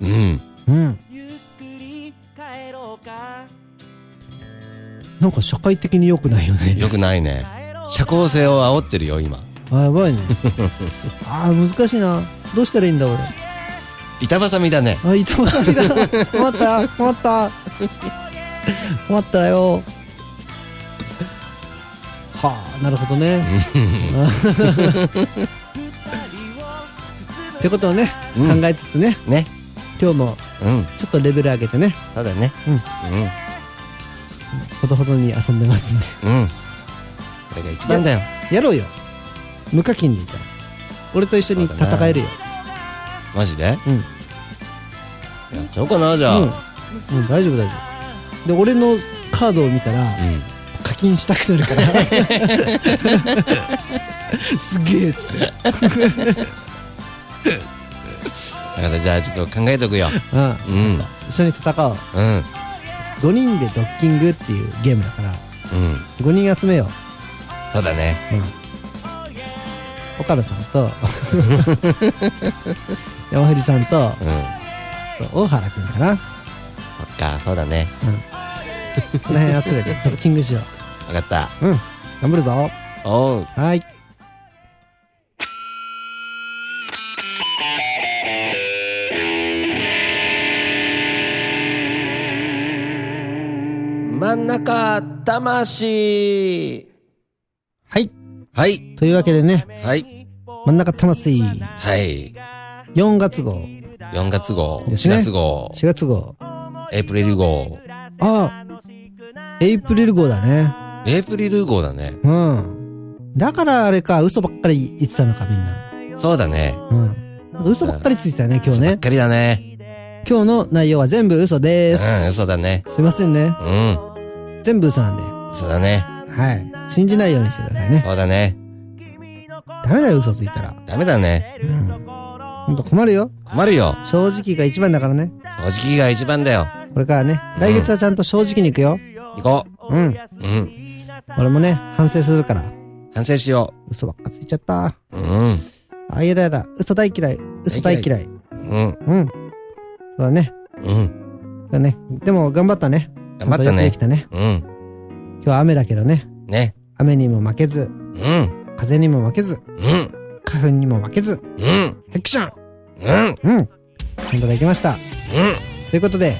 Speaker 3: うん
Speaker 5: うんなんか社会的に良くないよね
Speaker 3: よくないね社交性を煽ってるよ今
Speaker 5: あやば [LAUGHS] いねあー難しいなどうしたらいいんだ俺
Speaker 3: 板挟みだね
Speaker 5: あ、糸まさみだ。困った、困った。困ったよ。はあ、なるほどね。ってことをね、
Speaker 3: うん
Speaker 5: 考えつつね、
Speaker 3: ね
Speaker 5: 今日も
Speaker 3: うん
Speaker 5: ちょっとレベル上げてね、
Speaker 3: そうだね
Speaker 5: うんほどほどに遊んでますんで。
Speaker 3: うんうんこれが一番だよ
Speaker 5: [LAUGHS] やろうよ。無課金でいたら。俺と一緒に
Speaker 3: そうだね
Speaker 5: 戦えるよ。
Speaker 3: マジで
Speaker 5: うん
Speaker 3: やっちゃおうかなじゃあ
Speaker 5: う
Speaker 3: うんん
Speaker 5: うん、大丈夫大丈夫。で、俺のカードを見たら、課金したくなるから。 [LAUGHS] すげえっつって。
Speaker 3: だからじゃあちょっと考えとくよ
Speaker 5: うん。
Speaker 3: うんうん
Speaker 5: 一緒に戦おう
Speaker 3: うん
Speaker 5: 5人でドッキングっていうゲームだから5人集めよ
Speaker 3: そうだね
Speaker 5: う岡部さん
Speaker 3: [LAUGHS]
Speaker 5: と山藤さんとあ
Speaker 3: うんそ
Speaker 5: と大原くんかな、うん、
Speaker 3: っかそうだね
Speaker 5: その辺集めてドッキングしよ
Speaker 3: わかった
Speaker 5: ううん頑張るぞ
Speaker 3: おう
Speaker 5: はい
Speaker 1: 真ん中魂
Speaker 5: はい
Speaker 3: はい
Speaker 5: というわけでね
Speaker 3: はい
Speaker 5: 真ん中魂
Speaker 3: はい
Speaker 5: 4月号
Speaker 3: 4月号
Speaker 5: で
Speaker 3: 4
Speaker 5: すね
Speaker 3: 月号
Speaker 5: 4月号
Speaker 3: エイプリル号
Speaker 5: あエイプリル号だね
Speaker 3: エイプリル号だね
Speaker 5: うんだからあれか嘘ばっかり言ってたのかみんな
Speaker 3: そうだね
Speaker 5: うん嘘ばっかりついてたね今日
Speaker 3: ばっ
Speaker 5: ね
Speaker 3: かりだね
Speaker 5: 今日の内容は全部嘘
Speaker 3: う
Speaker 5: で
Speaker 3: ん
Speaker 5: す。
Speaker 3: 嘘だね
Speaker 5: すいませんね。
Speaker 3: うん
Speaker 5: 全部嘘なんで。
Speaker 3: そうだね
Speaker 5: はい。信じないようにしてくださいね。
Speaker 3: そうだね
Speaker 5: ダメだよ、嘘ついたら。
Speaker 3: ダメだね
Speaker 5: うん。ほんと困るよ。
Speaker 3: 困るよ
Speaker 5: 正直が一番だからね。
Speaker 3: 正直が一番だよ
Speaker 5: これからね。来月はちゃんと正直に行くよ。
Speaker 3: 行こ
Speaker 5: うん。
Speaker 3: ううん
Speaker 5: 俺もね、反省するから。
Speaker 3: 反省しよ
Speaker 5: 嘘ばっかついちゃった。あ
Speaker 3: ううん
Speaker 5: あ、やだやだ。嘘大嫌い。嘘大嫌い。
Speaker 3: うん
Speaker 5: うん。そうだね。
Speaker 3: うん
Speaker 5: だね。でも頑張ったね。
Speaker 3: 頑張っ
Speaker 5: ちゃ
Speaker 3: た
Speaker 5: んとよくで
Speaker 3: ね
Speaker 5: きたね。
Speaker 3: うん
Speaker 5: 今日は雨だけどね。
Speaker 3: ね
Speaker 5: 雨にも負けず、
Speaker 3: うん
Speaker 5: 風にも負けず、
Speaker 3: うん
Speaker 5: 花粉にも負けず、
Speaker 3: うん
Speaker 5: ヘクション
Speaker 3: うん
Speaker 5: うん。ちゃんとできました。
Speaker 3: うん
Speaker 5: ということで、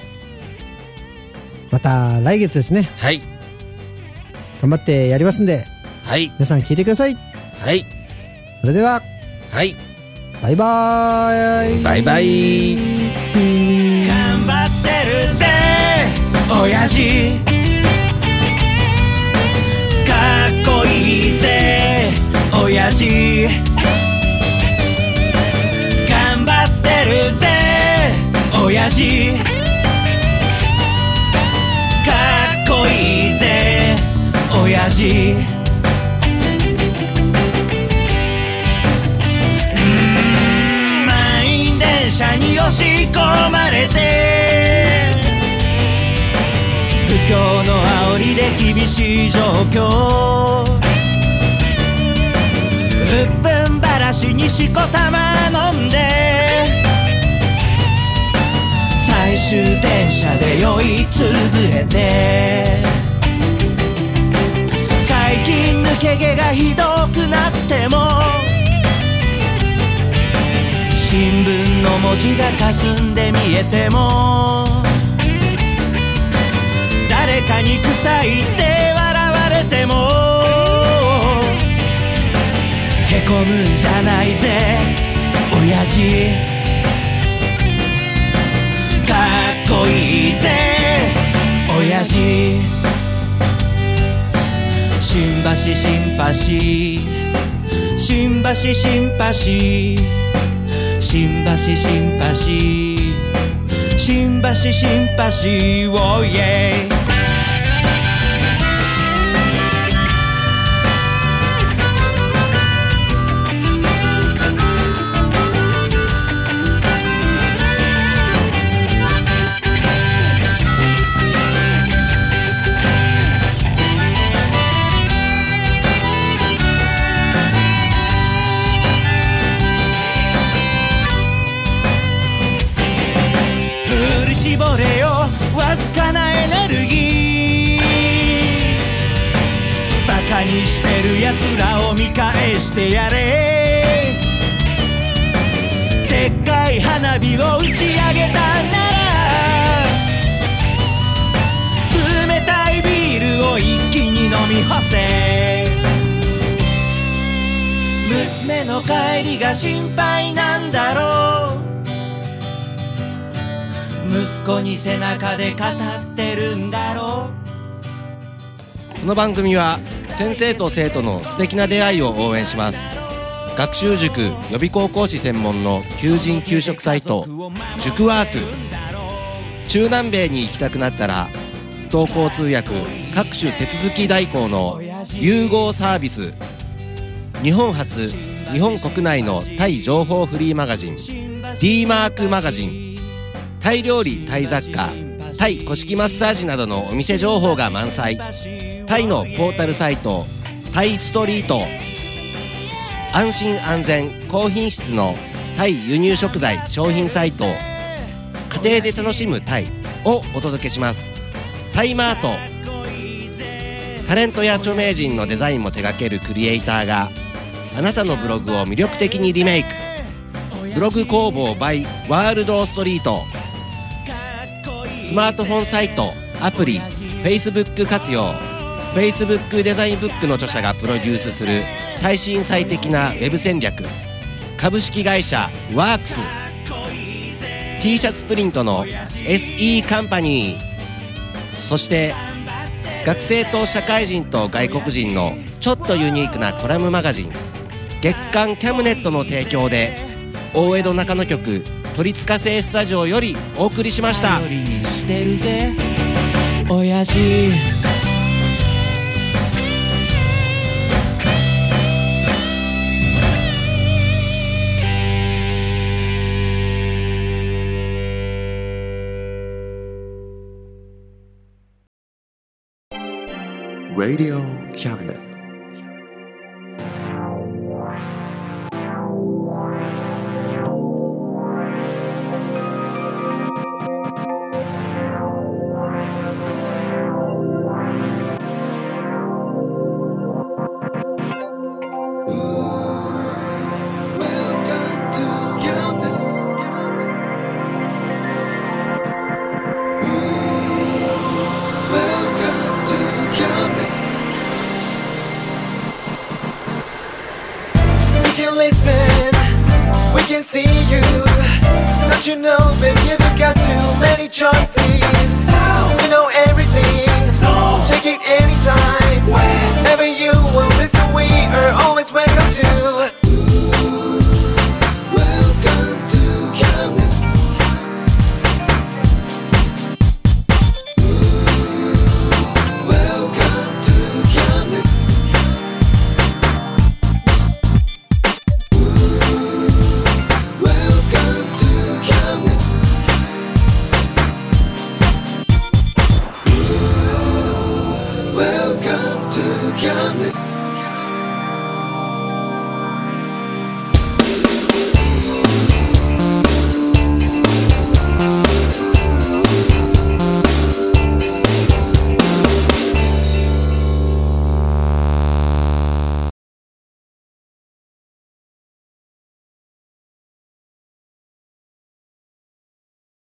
Speaker 5: また来月ですね、
Speaker 3: はい
Speaker 5: 頑張ってやりますんで、
Speaker 3: はい
Speaker 5: 皆さん聞いてください。
Speaker 3: はい
Speaker 5: それでは、
Speaker 3: はい
Speaker 5: バイバーイ
Speaker 3: バイバイ
Speaker 6: 頑張ってるぜ親父かっこいいぜ親父頑張ってるぜ親父かっこいいぜ親父満員電車に押し込まれて不況の煽りで厳しい状況うっぷんばらしにしこたま飲んで最終電車で酔いつぶれて最近抜け毛がひどくなっても新聞の文字が霞んで見えても誰かに臭いって笑われてもへこむんじゃないぜ親父かっこいいぜ親父新橋シンパシー新
Speaker 2: 新橋新橋新橋新橋新橋新橋おいえ振り絞れよわずかなエネルギーバカにしてるやつらを見返してやれでっかい花火を打ち上げたなら冷たいビールを一気に飲み干せ娘の帰りが心配なんだろう息子に背中で語ってるんだろう
Speaker 3: この番組は先生と生徒の素敵な出会いを応援します学習塾予備高校師専門の求人・求職サイト塾ワーク中南米に行きたくなったら不登校通訳各種手続き代行の融合サービス日本初日本国内のタイ情報フリーマガジン D マークマガジンタイ料理タイ雑貨タイ古式マッサージなどのお店情報が満載タイのポータルサイトタイストリート安心安全高品質のタイ輸入食材商品サイト家庭で楽しむタイをお届けしますタイマートタレントや著名人のデザインも手掛けるクリエイターがあなたのブログを魅力的にリメイクブログ工房 by ワールドストリートスマートフォンサイトアプリ Facebook 活用 Facebook デザインブックの著者がプロデュースする最新最適なウェブ戦略株式会社ワークス t シャツプリントの SE カンパニーそして学生と社会人と外国人のちょっとユニークなコラムマガジン月刊キャムネットの提供で大江戸中野局鳥塚製スタジオよりお送りしました
Speaker 2: 頼りにしてるぜ親父
Speaker 1: Radio Cabinet.